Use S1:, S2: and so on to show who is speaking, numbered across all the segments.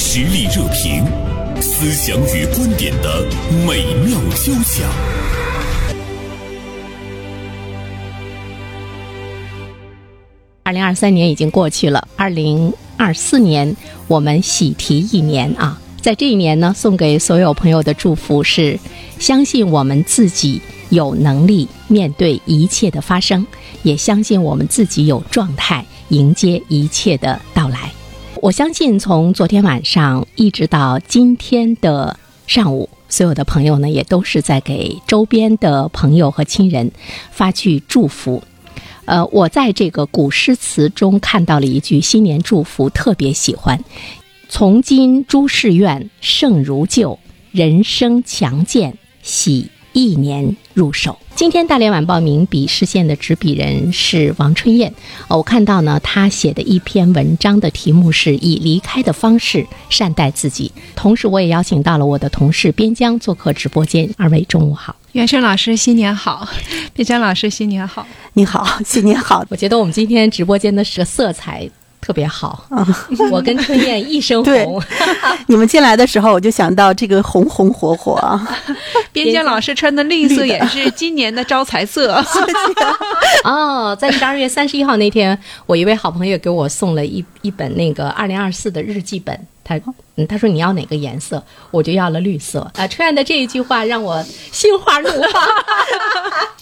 S1: 实力热评，思想与观点的美妙交响。
S2: 二零二三年已经过去了，二零二四年我们喜提一年啊！在这一年呢，送给所有朋友的祝福是：相信我们自己有能力面对一切的发生，也相信我们自己有状态迎接一切的到来。我相信，从昨天晚上一直到今天的上午，所有的朋友呢，也都是在给周边的朋友和亲人发去祝福。呃，我在这个古诗词中看到了一句新年祝福，特别喜欢：“从今诸事愿，胜如旧，人生强健，喜一年入手。”今天《大连晚报》名笔视线的执笔人是王春燕。呃我看到呢，她写的一篇文章的题目是以离开的方式善待自己。同时，我也邀请到了我的同事边疆做客直播间。二位中午好。
S3: 袁生老师新年好， 毕江老师新年好。
S4: 你好， 新年 好。
S2: 我觉得我们今天直播间的色色彩特别好，我跟春燕一身
S4: 啊 对
S2: 红。
S4: 你们进来的时候，我就想到这个红红火火啊，
S3: 边疆老师穿的绿色也是今年的招财 色，
S2: 哦，在十二月三十一号那天，我一位好朋友给我送了一一本那个二零二四的日记本，他嗯他说你要哪个颜色，我就要了绿色。啊、春燕的这一句话让我心花怒 放。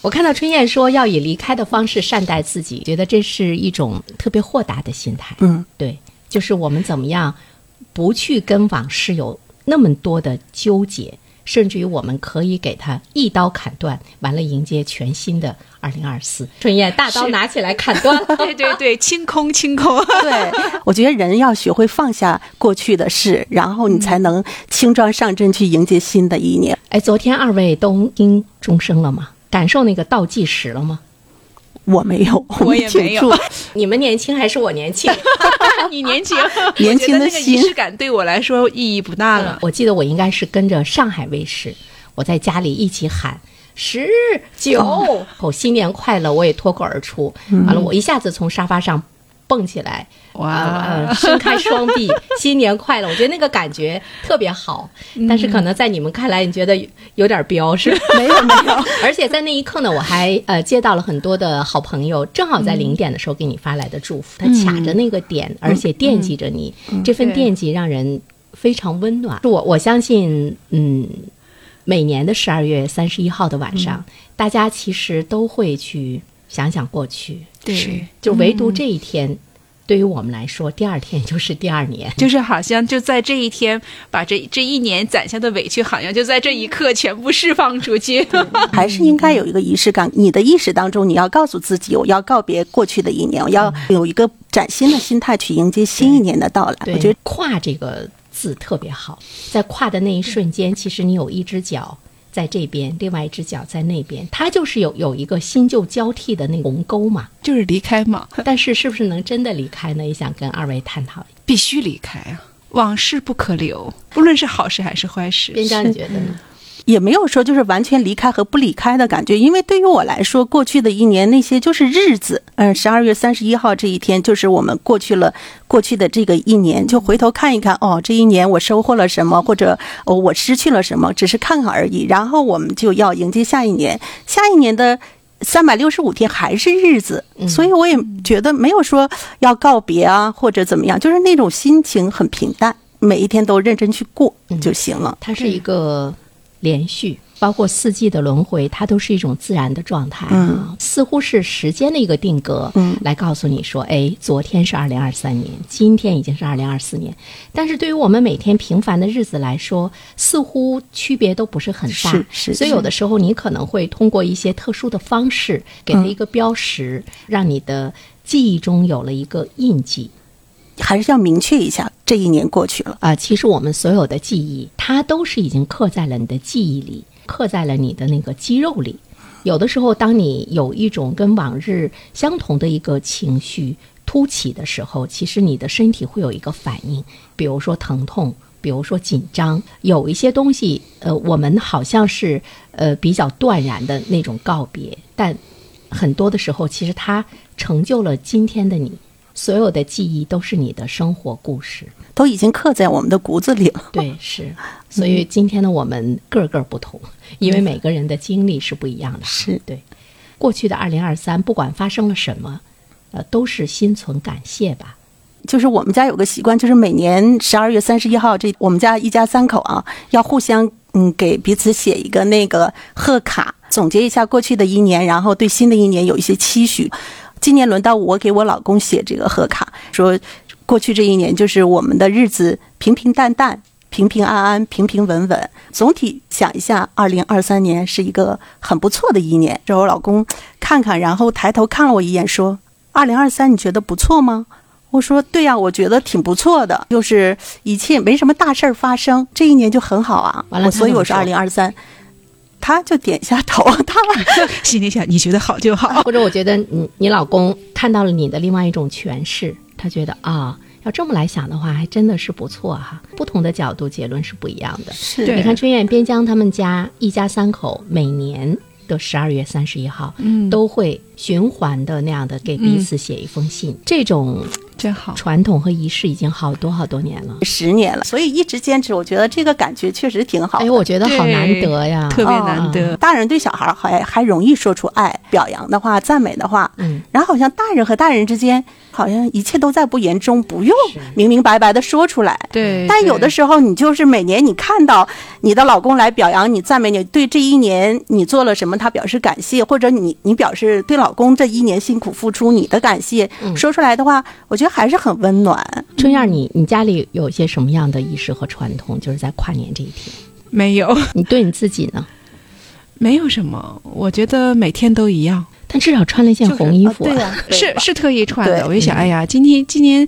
S2: 我看到春燕说要以离开的方式善待自己，觉得这是一种特别豁达的心态。
S4: 嗯，
S2: 对，就是我们怎么样不去跟往事有那么多的纠结，甚至于我们可以给它一刀砍断，完了迎接全新的二零二四。春燕，大刀拿起来砍断
S3: 对对对，清空清 空。
S4: 对， 我觉得人要学会放下过去的事，然后你才能轻装上阵去迎接新的一年。
S2: 哎，昨天二位都听钟声了吗？感受那个倒计时了吗？
S4: 我 没有，
S3: 我也没有
S4: 挺住
S2: 你们年轻还是我年轻？
S3: 你年轻，嗯
S4: 年轻的
S3: 我觉得那个仪
S4: 心
S3: 式感对我来说意义不大了。
S2: 我记得我应该是跟着上海卫视，我在家里一起喊。十九，嗯口新年快乐，我也脱口而出。完了，我一下子从沙发上蹦起来，啊，
S3: 哇
S2: 呃，伸开双臂，新年快乐！我觉得那个感觉特别好，但是可能在你们看来，你觉得有有点彪，是吧？
S4: 没有没有。
S2: 而且在那一刻呢，我还呃接到了很多的好朋友，正好在零点的时候给你发来的祝福，他卡着那个点，而且惦记着你，这份
S3: 对
S2: 惦记让人非常温暖。我我相信，嗯，每年的十二月三十一号的晚上，大家其实都会去想想过去，
S3: 对
S2: 是就唯独这一天。对于我们来说，第二天就是第二年。
S3: 就是好像就在这一天，把这这一年攒下的委屈，好像就在这一刻全部释放出去。
S4: 还是应该有一个仪式感。你的意识当中，你要告诉自己，我要告别过去的一年，我
S3: 嗯
S4: 要有一个崭新的心态去迎接新一年的到来。
S2: 对，
S4: 我觉得
S2: 跨这个字特别好，在跨的那一瞬间，其实你有一只脚在这边，另外一只脚在那边，它就是有有一个新旧交替的那鸿沟嘛。
S3: 就是离开嘛，
S2: 但是是不是能真的离开呢？也想跟二位探讨。
S3: 必须离开啊，往事不可留，无论是好事还是坏事。
S2: 边章，你觉得呢？
S4: 也没有说就是完全离开和不离开的感觉，因为对于我来说，过去的一年那些就是日子。嗯，十二月三十一号这一天，就是我们过去了过去的这个一年，就回头看一看，哦，这一年我收获了什么，或者哦我失去了什么，只是看看而已。然后我们就要迎接下一年，下一年的。三百六十五天还是日子，所以我也觉得没有说要告别啊，或者怎么样，就是那种心情很平淡，每一天都认真去过就行了。
S2: 它是一个连续，包括四季的轮回，它都是一种自然的状态，啊
S4: 嗯，
S2: 似乎是时间的一个定格，
S4: 嗯，
S2: 来告诉你说，哎，昨天是二零二三年，今天已经是二零二四年，但是对于我们每天平凡的日子来说，似乎区别都不是很大，
S4: 是是
S2: 所以有的时候你可能会通过一些特殊的方式给它一
S4: 嗯
S2: 个标识，让你的记忆中有了一个印记，
S4: 还是要明确一下，这一年过去了。
S2: 啊，其实我们所有的记忆，它都是已经刻在了你的记忆里，刻在了你的那个肌肉里。有的时候，当你有一种跟往日相同的一个情绪突起的时候，其实你的身体会有一个反应，比如说疼痛，比如说紧张，有一些东西，呃，我们好像是呃比较断然的那种告别，但很多的时候，其实它成就了今天的你。所有的记忆都是你的生活故事。
S4: 都已经刻在我们的骨子里 了。
S2: 对，
S3: 嗯
S2: 是。所以今天的我们个个不同，因为每个人的经历是不一样的。啊
S4: 是
S2: 对。过去的二零二三，不管发生了什么，呃，都是心存感谢吧。
S4: 就是我们家有个习惯，就是每年十二月三十一号，这我们家一家三口啊，要互相嗯给彼此写一个那个贺卡，总结一下过去的一年，然后对新的一年有一些期许。今年轮到我给我老公写这个贺卡，说过去这一年就是我们的日子平平淡淡、平平安安、平平稳稳。总体想一下，二零二三年是一个很不错的一年。然后我老公看看，然后抬头看了我一眼，说：“二零二三你觉得不错吗？”我说对呀、我觉得挺不错的，就是一切没什么大事儿发生，这一年就很好啊。
S2: 完了
S4: 我
S2: 他
S4: 所以
S2: 怎么
S4: 我是
S2: 说
S4: 二零二三，他就点一下头， 他
S3: 心里想，你觉得好就好。
S2: 或者我觉得你你老公看到了你的另外一种诠释，他觉得啊、要这么来想的话，还真的是不错哈、不同的角度结论是不一样的。
S4: 是
S3: 对
S2: 你看春燕边疆他们家一家三口每年的十二月三十一号，
S3: 嗯
S2: 都会循环的那样的给彼此写一封信。
S3: 嗯
S2: 这种
S3: 真好。
S2: 传统和仪式已经好多好多年了。
S4: 十年了，所以一直坚持，我觉得这个感觉确实挺好。
S2: 哎，我觉得好
S3: 对
S2: 难得呀，
S3: 特别难得。
S4: 大人对小孩儿还还容易说出爱，表扬的话、赞美的话，
S2: 嗯，
S4: 然后好像大人和大人之间，好像一切都在不言中，不用
S2: 是
S4: 明明白白的说出来。
S3: 对，
S4: 但有的时候，你就是每年你看到你的老公来表扬你、赞美你，对这一年你做了什么，他表示感谢，或者你你表示对老公这一年辛苦付出你的感谢，说出来的话，我觉得还是很温暖。
S2: 春燕儿，你你家里有一些什么样的仪式和传统？就是在跨年这一天，
S3: 没有，
S2: 你对你自己呢？
S3: 没有什么。我觉得每天都一样，
S2: 但至少穿了一件红衣服、
S4: 啊对呀、
S3: 是是特意穿
S4: 对
S3: 的。我就想，哎呀，今天今年，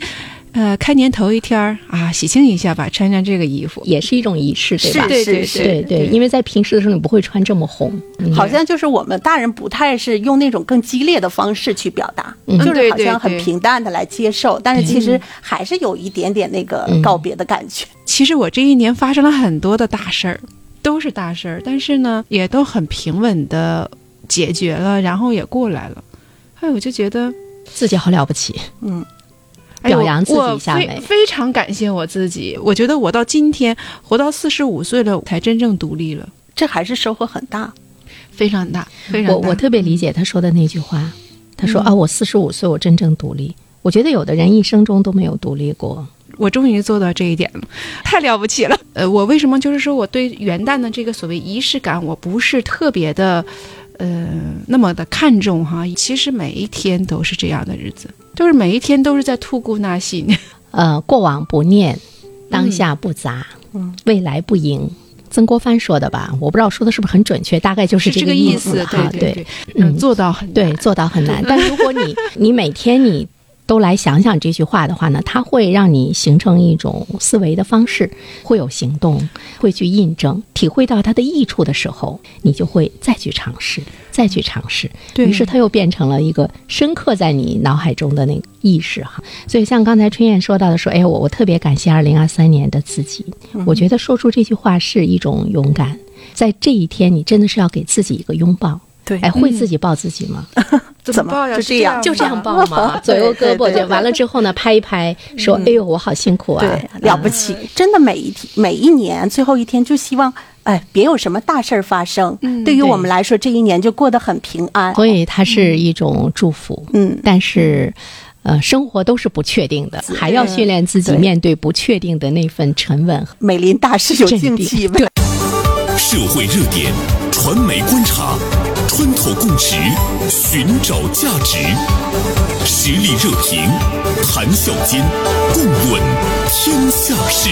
S3: 呃，开年头一天儿啊，喜庆一下吧，穿上这个衣服。
S2: 也是一种仪式，对吧？
S4: 是
S3: 对对
S4: 是
S2: 对对，因为在平时的时候你不会穿这么红，嗯
S4: 好像就是我们大人不太是用那种更激烈的方式去表达，
S2: 嗯
S4: 就是好像
S3: 对
S4: 很
S3: 对对
S4: 平淡的来接受，但是其实还是有一点点那个
S2: 嗯
S4: 告别的感觉。
S3: 其实我这一年发生了很多的大事儿，都是大事儿，但是呢，也都很平稳的解决了，然后也过来了。哎，我就觉得。
S2: 自己好了不起。
S4: 嗯
S3: 哎呦
S2: 表扬自己
S3: 我
S2: 一下
S3: 非
S2: 呗
S3: 非常感谢我自己，我觉得我到今天活到四十五岁了，我才真正独立了，
S4: 这还是收获很大，
S3: 非常大，非常
S2: 我
S3: 大。
S2: 我特别理解他说的那句话，他说、啊，我四十五岁，我真正独立。我觉得有的人一生中都没有独立过，
S3: 我终于做到这一点了， 太了不起了。呃，我为什么就是说我对元旦的这个所谓仪式感，我不是特别的，呃，那么的看重哈。其实每一天都是这样的日子，就是每一天都是在吐故纳新。
S2: 呃，过往不念，当
S3: 嗯
S2: 下不杂，未来不迎。曾国藩说的吧，我不知道说的是不是很准确，大概 就是
S3: 这
S2: 个
S3: 个
S2: 意
S3: 思，
S2: 哈。
S3: 对对，
S2: 嗯
S3: 嗯，做到很
S2: 对，
S3: 难
S2: 做到很难。但如果 你你每天你都来想想这句话的话呢，它会让你形成一种思维的方式，会有行动，会去印证，体会到它的益处的时候，你就会再去尝试，再去尝试。
S3: 对
S2: 于是它又变成了一个深刻在你脑海中的那个意识哈。所以像刚才春燕说到的说，哎，我我特别感谢二零二三年的自己，
S4: 嗯
S2: 我觉得说出这句话是一种勇敢。在这一天，你真的是要给自己一个拥抱。
S4: 对
S2: 哎，会自己抱自己 吗？
S4: 怎么
S3: 抱呀
S4: 就是这
S3: 这
S4: 样
S3: 样
S2: 就这样抱嘛， 左右胳膊
S4: 对对对嗯
S2: 就完了之后呢，拍一拍，说：“哎呦，我好辛苦啊
S4: 对，了不起！嗯真的每一天每一年最后一天就希望，哎，别有什么大事儿发生。对于我们来说，这一年就过得很平！”安。
S2: 嗯所以它是一种祝福，
S4: 嗯，
S2: 但是，呃，生活都是不确定的，还要训练自己
S4: 嗯对
S2: 面对不确定的那份沉稳和
S4: 美林大师有
S2: 镇
S4: 静
S2: 定。
S4: 气
S2: 对
S4: 味，，
S1: 社会热点，传媒观察，穿透共识，寻找价值，实力热评，谈笑间，共论天下事。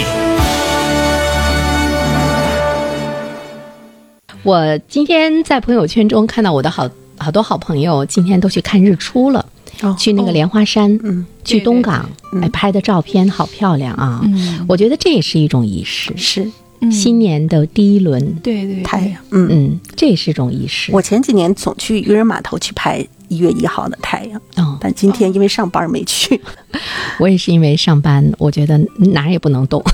S2: 我今天在朋友圈中看到我的好好多好朋友今天都去看日出了，去那个莲花山，去
S3: 哦嗯对对嗯
S2: 东港，哎，拍的照片好漂亮啊！我觉得这也是一种仪式，
S4: 是
S3: 嗯
S2: 新年的第一轮，
S3: 对对对
S4: 太阳。嗯，
S2: 嗯，这也是一种仪式。
S4: 我前几年总去渔人码头去拍一月一号的太阳，
S2: 嗯，
S4: 但今天因为上班没去。
S2: 我也是因为上班，我觉得哪儿也不能动。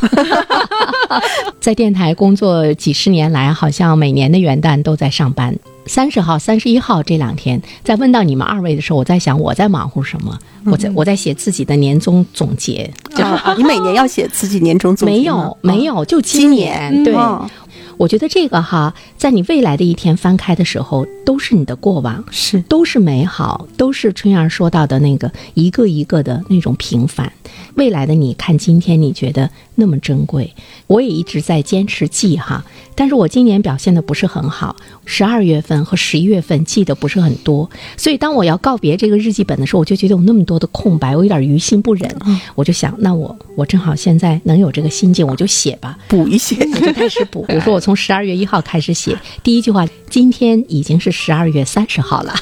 S2: 在电台工作几十年来，好像每年的元旦都在上班，三十号、三十一号这两天，在问到你们二位的时候，我在想我在忙乎什么？我
S4: 嗯
S2: 在我在写自己的年终总结，
S4: 啊你每年要写自己年终总结吗哦
S2: 没有
S4: 啊
S2: 没，有，就
S4: 今
S2: 今
S4: 年
S2: 年对。
S4: 哦
S2: 我觉得这个哈，在你未来的一天翻开的时候，都是你的过往，
S4: 是
S2: 都是美好，都是春儿说到的那个一个一个的那种平凡。未来的你看今天，你觉得那么珍贵。我也一直在坚持记哈，但是我今年表现的不是很好，十二月份和十一月份记的不是很多，所以当我要告别这个日记本的时候，我就觉得有那么多的空白，我有点于心不忍。我就想，那我我正好现在能有这个心境，我就写吧。
S4: 补一些，
S2: 我就开始补。比如说，我从十二月一号开始写，第一句话，今天已经是十二月三十号了。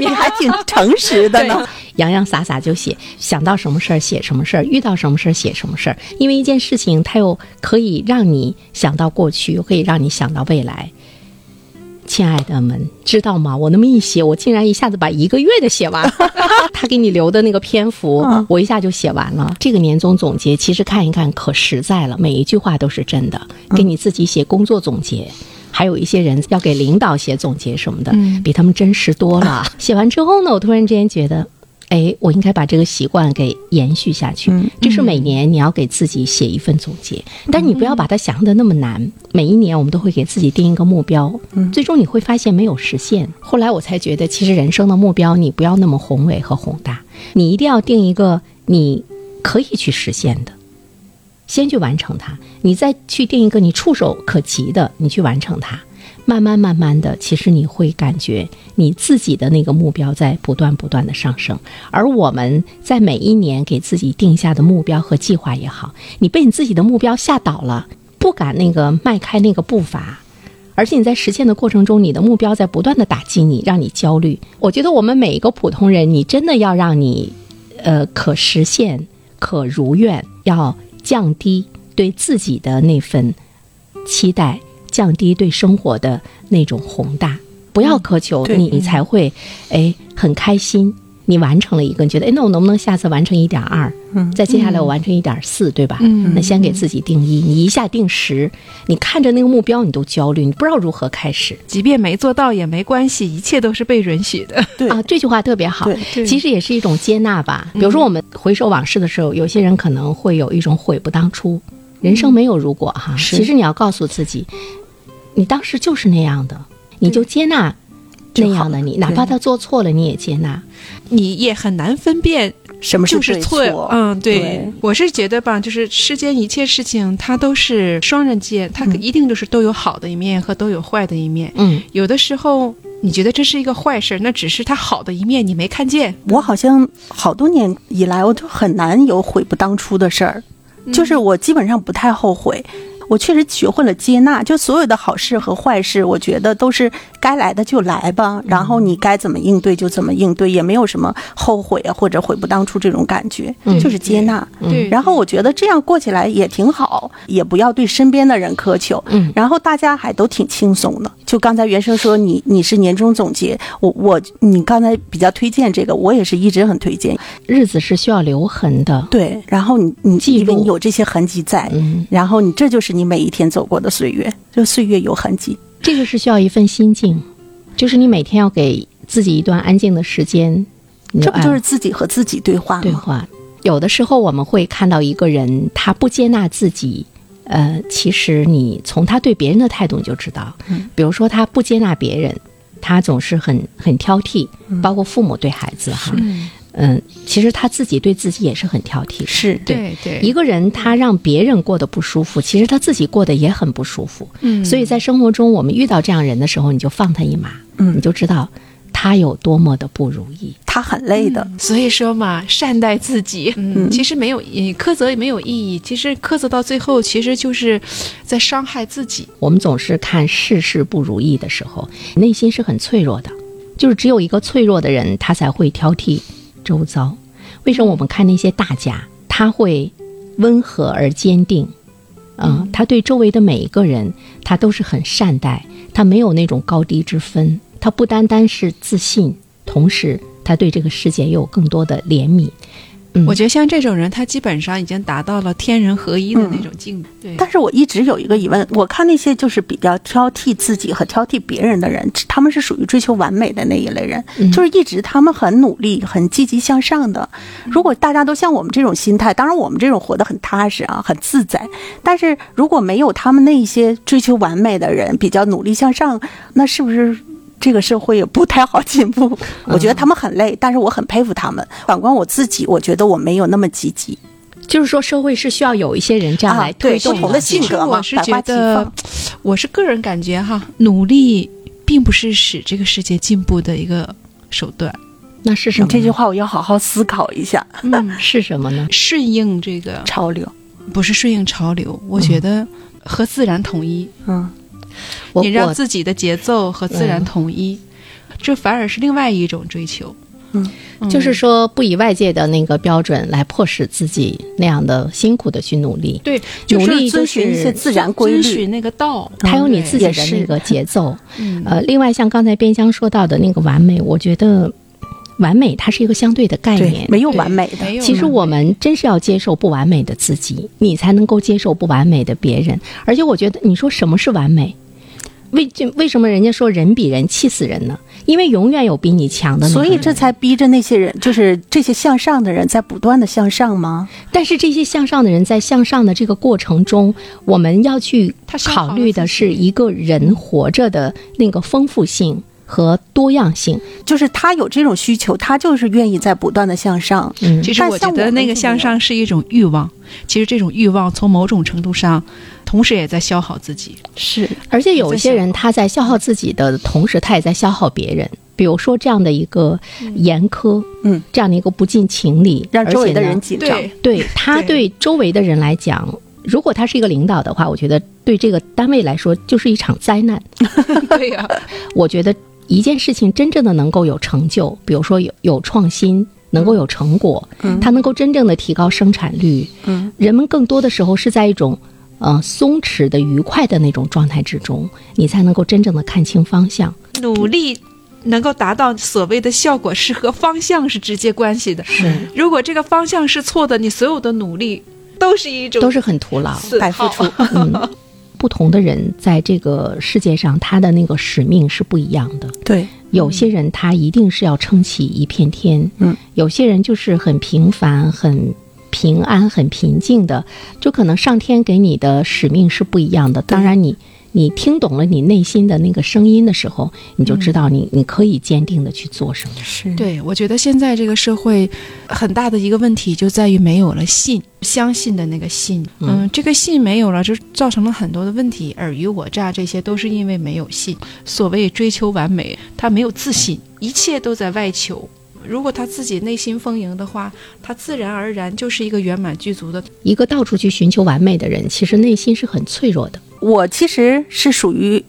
S4: 你还挺诚实的呢。
S2: 洋洋洒洒就写，想到什么事儿写什么事儿，遇到什么事儿写什么事儿。因为一件事情，它又可以让你想到过去，又可以让你想到未来。亲爱的们，知道吗？我那么一写，我竟然一下子把一个月的写完了。他给你留的那个篇幅
S4: 嗯，
S2: 我一下就写完了。这个年终总结，其实看一看可实在了，每一句话都是真的。给你自己写工作总结，还有一些人要给领导写总结什么的，比他们真实多了。写完之后呢，我突然之间觉得。哎，我应该把这个习惯给延续下去。这是每年你要给自己写一份总结，但你不要把它想的那么难。每一年我们都会给自己定一个目标，最终你会发现没有实现。后来我才觉得，其实人生的目标你不要那么宏伟和宏大，你一定要定一个你可以去实现的。先去完成它，你再去定一个你触手可及的，你去完成它。慢慢慢慢的，其实你会感觉你自己的那个目标在不断不断的上升。而我们在每一年给自己定下的目标和计划也好，你被你自己的目标吓倒了，不敢那个迈开那个步伐。而且你在实现的过程中，你的目标在不断的打击你，让你焦虑。我觉得我们每一个普通人，你真的要让你呃可实现、可如愿，要降低对自己的那份期待，降低对生活的那种宏大，不要苛求、
S4: 对
S2: 你，你才会哎很开心。你完成了一个，你觉得哎，那我能不能下次完成一点二？嗯，再接下来我完成一点四，对吧？嗯，那先给自己定一，你一下定十，你看着那个目标你都焦虑，你不知道如何开始。
S3: 即便没做到也没关系，一切都是被允许 的。
S4: 对
S2: 啊，这句话特别好
S4: 对。
S3: 对
S2: 其实也是一种接纳吧。比如说我们回首往事的时候，有些人可能会有一种悔不当初，人生没有如果哈。
S4: 是
S2: 其实你要告诉自己，你当时就是那样的，你就接纳那样的你，哪怕他做错了，你也接纳。
S3: 你也很难分辨
S4: 什么
S3: 就是是
S4: 对
S3: 错，嗯，对，
S4: 对
S3: 我是觉得吧，就是世间一切事情，它都是双刃剑，它一定就是都有好的一面和都有坏的一面。
S2: 嗯，
S3: 有的时候你觉得这是一个坏事儿，那只是它好的一面你没看见。
S4: 我好像好多年以来，我就很难有悔不当初的事儿，就是我基本上不太后悔。我确实学会了接纳，就所有的好事和坏事，我觉得都是该来的就来吧，然后你该怎么应对就怎么应对，也没有什么后悔啊或者悔不当初这种感觉，就是接纳。
S3: 对，
S4: 然后我觉得这样过起来也挺好，也不要对身边的人苛求，
S2: 嗯
S4: 然后大家还都挺轻松的。就刚才袁生说你你是年终总结，我我你刚才比较推荐这个，我也是一直很推荐。
S2: 日子是需要留痕的。
S4: 对，然后你你
S2: 记
S4: 因为
S2: 录
S4: 你有这些痕迹在，
S2: 嗯，
S4: 然后你这就是你每一天走过的岁月，就岁月有痕迹。
S2: 这个是需要一份心境，就是你每天要给自己一段安静的时间。你
S4: 这不
S2: 按
S4: 就是自己和自己对话
S2: 对
S4: 吗？
S2: 话。有的时候我们会看到一个人，他不接纳自己，呃，其实你从他对别人的态度你就知道。
S4: 嗯
S2: 比如说他不接纳别人，他总是很很挑剔，
S4: 嗯
S2: 包括父母对孩子哈，嗯，其实他自己对自己也是很挑剔的。
S4: 是
S3: 对对
S2: 一个人他让别人过得不舒服，其实他自己过得也很不舒服。
S3: 嗯
S2: 所以在生活中，我们遇到这样人的时候，你就放他一马，
S4: 嗯
S2: 你就知道他有多么的不如意。
S4: 他很累的，
S3: 所以说嘛，善待自己，嗯，其实没有，呃苛责也没有意义。其实苛责到最后，其实就是在伤害自己。
S2: 我们总是看事事不如意的时候，内心是很脆弱的，就是只有一个脆弱的人，他才会挑剔周遭。为什么我们看那些大家，他会温和而坚定？嗯、他对周围的每一个人，他都是很善待，他没有那种高低之分，他不单单是自信，同时他对这个世界也有更多的怜悯。嗯
S3: 我觉得像这种人，他基本上已经达到了天人合一的那种境界。对，
S4: 但是我一直有一个疑问，我看那些就是比较挑剔自己和挑剔别人的人，他们是属于追求完美的那一类人，就是一直他们很努力、很积极向上的。如果大家都像我们这种心态，当然我们这种活得很踏实啊，很自在。但是如果没有他们那一些追求完美的人，比较努力向上，那是不是？这个社会也不太好进步，我觉得他们很累，但是我很佩服他们。反观我自己，我觉得我没有那么积极。
S2: 就是说社会是需要有一些人这样
S4: 啊
S2: 来推
S4: 对
S2: 动
S4: 不同的
S2: 其
S4: 性
S2: 实
S4: 格嘛
S3: 我是
S4: 百
S3: 觉
S4: 花齐
S3: 得
S4: 放，
S3: 我是个人感觉哈，努力并不是使这个世界进步的一个手段。
S2: 那是什
S4: 你
S2: 么呢？
S4: 这句话我要好好思考一下。
S3: 嗯，
S2: 是什么呢？
S3: 顺应这个
S4: 潮流，
S3: 不是顺应潮流，我觉得和自然统一，
S4: 嗯。
S2: 我
S3: 你让
S2: 我
S3: 自己的节奏和自然统一，这反而是另外一种追求。
S4: 嗯
S3: 嗯，
S2: 就是说不以外界的那个标准来迫使自己那样的辛苦的去努力，
S3: 对，就
S2: 努力就
S3: 是
S4: 遵循一些自然规
S3: 遵
S4: 律
S3: 循。那个道，
S2: 它有你自己
S4: 哦也
S2: 的
S4: 是
S2: 那个节 奏。
S3: 嗯
S2: 呃，另外像刚才边香说到的那个完美，我觉得完美它是一个相对的概
S4: 对
S2: 念，，
S4: 没有完美
S3: 对没
S4: 的。
S3: 有
S2: 其实
S3: 完美
S2: 我们真是要接受不完美的自己，你才能够接受不完美的别人。而且我觉得，你说什么是完美？为这为什么人家说人比人气死人呢？因为永远有比你强的那个
S4: 所
S2: 人。
S4: 以这才逼着那些人，就是这些向上的人，在不断的向上吗？
S2: 但是这些向上的人在向上的这个过程中，我们要去
S3: 他消耗了
S2: 考虑的是一个人活着的那个丰富性和多样性。
S4: 就是他有这种需求，他就是愿意在不断的向上。
S2: 嗯，
S3: 其实
S4: 但
S3: 我
S4: 像
S3: 觉
S4: 我
S3: 得
S4: 们
S3: 那个
S4: 就
S3: 向
S4: 没有
S3: 上是一种欲望，其实这种欲望从某种程度上，同时也在消耗自己。
S4: 是，
S2: 而且有一些人他在消耗自己的同时，他也在消耗别人。比如说这样的一个严苛，
S4: 嗯，
S2: 这样的一个不近情理，
S4: 让周围的
S2: 而且呢
S4: 人紧张。，
S2: 对他
S3: 对
S2: 对周围的人来讲，如果他是一个领导的话，我觉得对这个单位来说就是一场灾难。
S3: 对呀、
S2: 我觉得一件事情真正的能够有成就，比如说有有创新，能够有成果，
S4: 嗯
S2: 它能够真正的提高生产率。
S4: 嗯，
S2: 人们更多的时候是在一种。呃，松弛的、愉快的那种状态之中，你才能够真正的看清方向。
S3: 努力能够达到所谓的效果是和方向是直接关系的。
S2: 是，
S3: 如果这个方向是错的，你所有的努力都是一种
S2: 都是很徒 劳。
S3: 损
S4: 白付
S3: 耗
S4: 出。
S2: 嗯，不同的人在这个世界上，他的那个使命是不一样的。
S4: 对，
S2: 有些人他一定是要撑起一片天，
S4: 嗯，
S2: 有些人就是很平凡、很平安、很平静的，就可能上天给你的使命是不一样的。当然你，你听懂了你内心的那个声音的时候，你就知道
S4: 嗯
S2: 你、你可以坚定的去做什么。
S4: 是，
S3: 对，我觉得现在这个社会很大的一个问题就在于没有了信，相信的那个信。嗯，这个信没有了，就造成了很多的问题，尔虞我诈，这些都是因为没有信。所谓追求完美，他没有自信，一切都在外求。如果他自己内心丰盈的话，他自然而然就是一个圆满具足的。
S2: 一个到处去寻求完美的人，其实内心是很脆弱的。
S4: 我其实是属于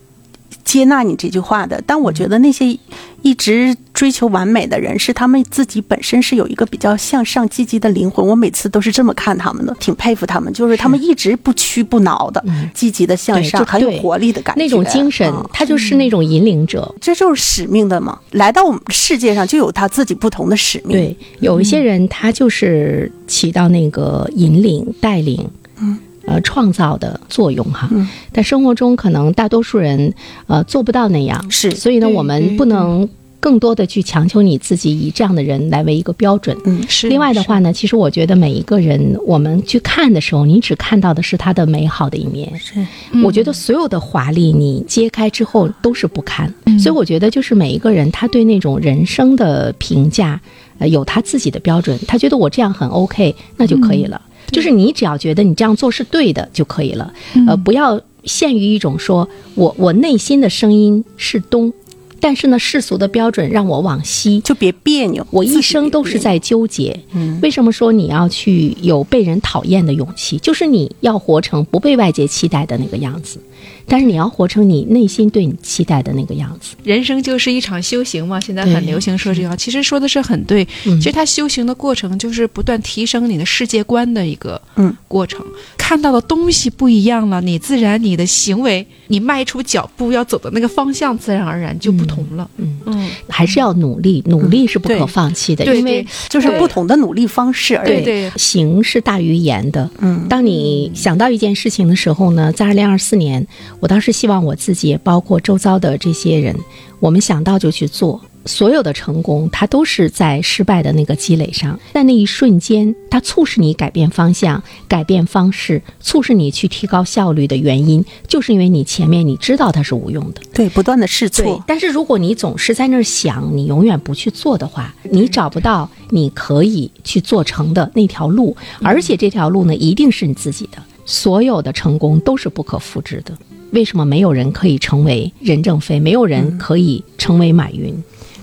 S4: 接纳你这句话的，但我觉得那些一直追求完美的人，是他们自己本身是有一个比较向上、积极的灵魂。我每次都是这么看他们的，挺佩服他们，就是他们一直不屈不挠的，积极的
S2: 嗯
S4: 向
S2: 对
S4: 上，
S2: 就
S4: 很有
S2: 对
S4: 活力的感觉，
S2: 那种精神
S4: 嗯，
S2: 他就是那种引领者。
S4: 这就是使命的嘛。来到我们世界上，就有他自己不同的使命。
S2: 对，有一些人他就是起到那个引领、带领，
S4: 嗯，
S2: 呃，创造的作用哈。
S4: 嗯
S2: 但生活中可能大多数人呃做不到那样，
S4: 是
S2: 所以呢，
S3: 对
S2: 我们
S3: 对
S2: 不能更多的去强求你自己以这样的人来为一个标准。
S4: 嗯
S3: 是
S2: 另外的话呢，其实我觉得每一个人，我们去看的时候，你只看到的是他的美好的一面。
S4: 是
S3: 嗯
S2: 我觉得所有的华丽，你揭开之后都是不堪。
S3: 嗯
S2: 所以我觉得，就是每一个人他对那种人生的评价，呃，有他自己的标准。他觉得我这样很 OK，那就可以
S3: 嗯
S2: 了。就是你只要觉得你这样做是对的就可以了，
S3: 嗯
S2: 呃，不要陷于一种说我我内心的声音是东，但是呢世俗的标准让我往西，
S4: 就别别扭。
S2: 我
S4: 自己
S2: 一生
S4: 别
S2: 都是
S4: 别扭
S2: 在纠结。为什么说你要去有被人讨厌的勇气？就是你要活成不被外界期待的那个样子。但是你要活成你内心对你期待的那个样子。
S3: 人生就是一场修行嘛，现在很
S2: 对
S3: 流行说这句话，其实说的是很对。
S2: 嗯
S3: 其实它修行的过程就是不断提升你的世界观的一个
S4: 嗯
S3: 过程。看到的东西不一样了，你自然你的行为，你迈出脚步要走的那个方向，自然而然就不同了。
S2: 嗯，
S3: 嗯，
S2: 还是要努力，努力是不可
S4: 对
S2: 放弃的，
S3: 对
S2: 因为
S3: 对
S4: 就是
S3: 对
S4: 不同的努力方式而
S3: 对
S4: 已。
S3: 对
S2: 行是大于言的。
S4: 嗯，
S2: 当你想到一件事情的时候呢，在二零二四年，我倒是希望我自己，也包括周遭的这些人，我们想到就去做。所有的成功，它都是在失败的那个积累上，在那一瞬间，它促使你改变方向、改变方式，促使你去提高效率的原因，就是因为你前面你知道它是无用的。
S4: 对，不断的试
S2: 对
S4: 错，，
S2: 但是如果你总是在那儿想，你永远不去做的话，你找不到你可以去做成的那条路，而且这条路呢，一定是你自己的。所有的成功都是不可复制的。为什么没有人可以成为任正非？没有
S4: 嗯
S2: 人可以成为马云？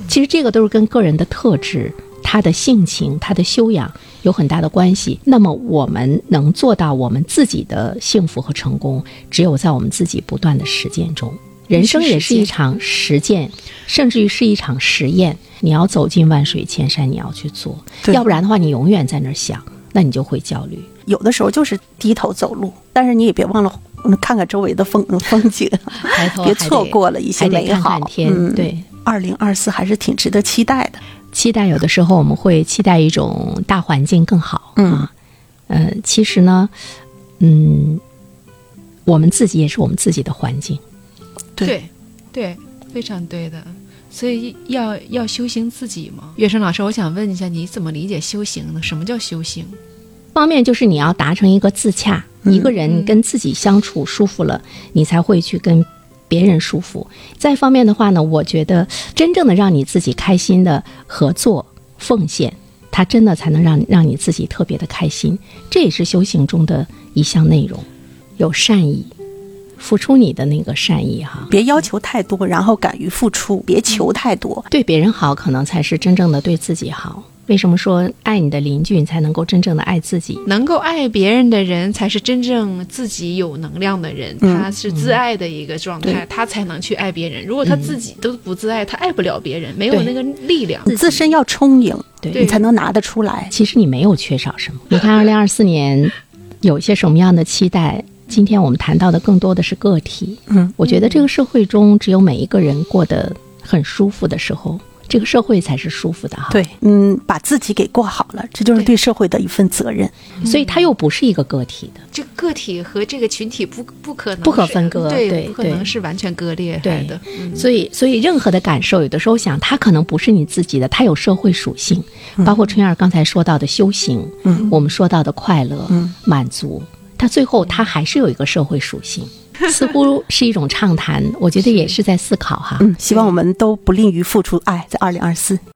S2: 其实这个都是跟个人的特质、他的性情、他的修养有很大的关系。那么我们能做到我们自己的幸福和成功，只有在我们自己不断的实践中。人生也是一场实践，甚至于是一场实验。你要走进万水千山，你要去做，
S4: 对
S2: 要不然的话，你永远在那儿想，那你就会焦虑。
S4: 有的时候就是低头走路，但是你也别忘了嗯看看周围的风风 景，
S2: 抬头
S4: 别
S2: 还得
S4: 错过了一些
S2: 还得
S4: 美
S2: 哦看
S4: 好。
S2: 看天，
S4: 嗯，
S2: 对。
S4: 二零二四还是挺值得期待的。
S2: 期待有的时候我们会期待一种大环境更好，
S4: 嗯
S2: 啊，呃，其实呢，嗯，我们自己也是我们自己的环境，
S4: 对
S3: 对对，非常对的。所以要要修行自己嘛。月生老师，我想问一下，你怎么理解修行呢？什么叫修行？
S2: 方面就是你要达成一个自洽，一个人跟自己相处舒服了，你才会去跟别人舒服。再一方面的话呢，我觉得真正的让你自己开心的合作奉献，它真的才能让让你自己特别的开心。这也是修行中的一项内容，有善意，付出你的那个善意哈、
S4: 别要求太多，然后敢于付出，别求太多。
S2: 对别人好，可能才是真正的对自己好。为什么说爱你的邻居，你才能够真正的爱自己？
S3: 能够爱别人的人，才是真正自己有能量的人。
S2: 嗯
S3: 他是自爱的一个状态，他才能去爱别人。如果他自己都不自爱，他爱不了别人，没有
S2: 对
S3: 那个力量。
S2: 嗯
S4: 自身要充盈，
S2: 对
S4: 你才能拿得出来。
S2: 其实你没有缺少什么。你看，二零二四年有一些什么样的期待？今天我们谈到的更多的是个体。
S4: 嗯，
S2: 我觉得这个社会中，只有每一个人过得很舒服的时候，这个社会才是舒服的哈。，
S4: 对，嗯，把自己给过好了，这就是对社会的一份责任。
S2: 所以它又不是一个个体的。
S3: 这个体和这个群体不不可能
S2: 不可
S3: 是
S2: 分割
S3: 对，
S2: 对
S3: 不可
S2: 对
S3: 能是完全割裂开
S2: 对
S3: 的。
S2: 所以，所以任何的感受，有的时候想，它可能不是你自己的，它有社会属性，包括春燕儿刚才说到的修行，嗯，我们说到的快乐、嗯、满足，它最后它还是有一个社会属 性，似乎是一种畅谈，我觉得也是在思考哈。
S4: 嗯，希望我们都不吝于付出爱，在二零二四。